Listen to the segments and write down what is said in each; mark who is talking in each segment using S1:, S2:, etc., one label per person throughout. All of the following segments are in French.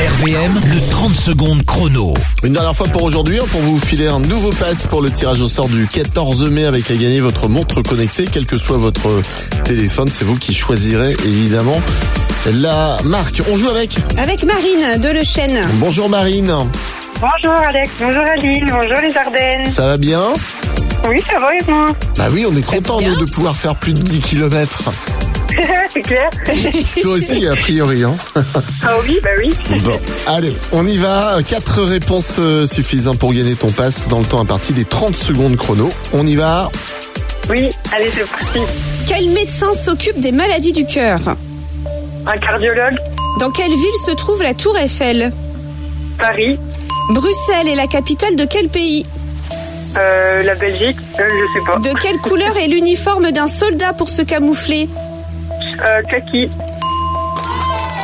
S1: RVM, le 30 secondes chrono.
S2: Une dernière fois pour aujourd'hui, hein, pour vous filer un nouveau pass pour le tirage au sort du 14 mai avec à gagner votre montre connectée, quel que soit votre téléphone, c'est vous qui choisirez évidemment la marque. On joue avec.
S3: Avec Marine de Le Chêne.
S2: Bonjour Marine,
S4: Bonjour Alex, bonjour Aline, bonjour les Ardennes.
S2: ça va bien
S4: Oui, ça va et vous
S2: Bah oui, on est content
S3: bien.
S2: nous, de pouvoir faire plus de 10 km.
S4: C'est clair
S2: Toi aussi a priori. Hein.
S4: Ah oui, bah oui.
S2: Bon, allez, on y va. Quatre réponses euh, suffisent hein, pour gagner ton pass dans le temps à partir des 30 secondes chrono. On y va.
S4: Oui, allez, c'est parti.
S3: Quel médecin s'occupe des maladies du cœur
S4: Un cardiologue,
S3: Dans quelle ville se trouve la Tour Eiffel
S4: Paris,
S3: Bruxelles est la capitale de quel pays
S4: euh, la Belgique, euh, je sais pas.
S3: De quelle couleur est l'uniforme d'un soldat pour se camoufler
S4: Euh, kaki,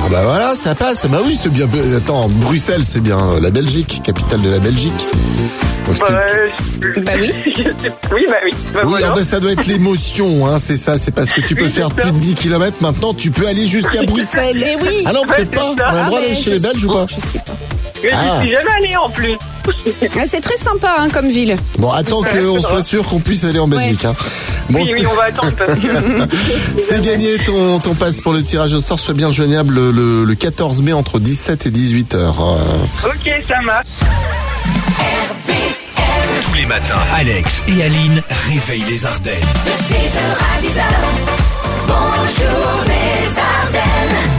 S2: Ah Bah voilà, ça passe. Bah oui, c'est bien. Attends, Bruxelles, c'est bien euh, la Belgique, capitale de la Belgique. Donc,
S4: bah,
S2: c'était-
S4: euh, je-
S3: Bah oui.
S4: je sais pas. oui, bah oui. Bah
S2: oui,
S4: voilà.
S2: ah bah, ça doit être l'émotion, hein, c'est ça. C'est parce que tu peux
S4: Oui,
S2: faire
S4: c'est ça.
S2: plus de 10 km maintenant, tu peux aller jusqu'à Bruxelles.
S3: Eh oui.
S2: Ah non,
S4: Ouais,
S2: peut-être
S4: c'est
S2: pas.
S4: ça.
S2: On a le droit
S3: Ah,
S2: d'aller
S3: mais
S2: chez
S3: je-
S2: les Belges ou pas
S3: Je sais pas.
S4: Mais
S2: Ah.
S4: je suis jamais allée en plus.
S3: Ah, C'est très sympa hein, comme ville.
S2: Bon, attends
S4: Ouais,
S2: qu'on
S4: c'est ça.
S2: soit sûr qu'on puisse aller en Belgique. hein. Bon,
S4: oui,
S2: c'est-
S4: oui, on va attendre parce que.
S2: C'est gagné ton, ton passe pour le tirage au sort. Sois bien joignable le, le- le 14 mai entre 17 et 18 heures. Euh,
S4: ok, ça marche.
S1: Tous les matins, Alex et Aline réveillent les Ardennes.
S5: De 6h à 10h, bonjour les Ardennes.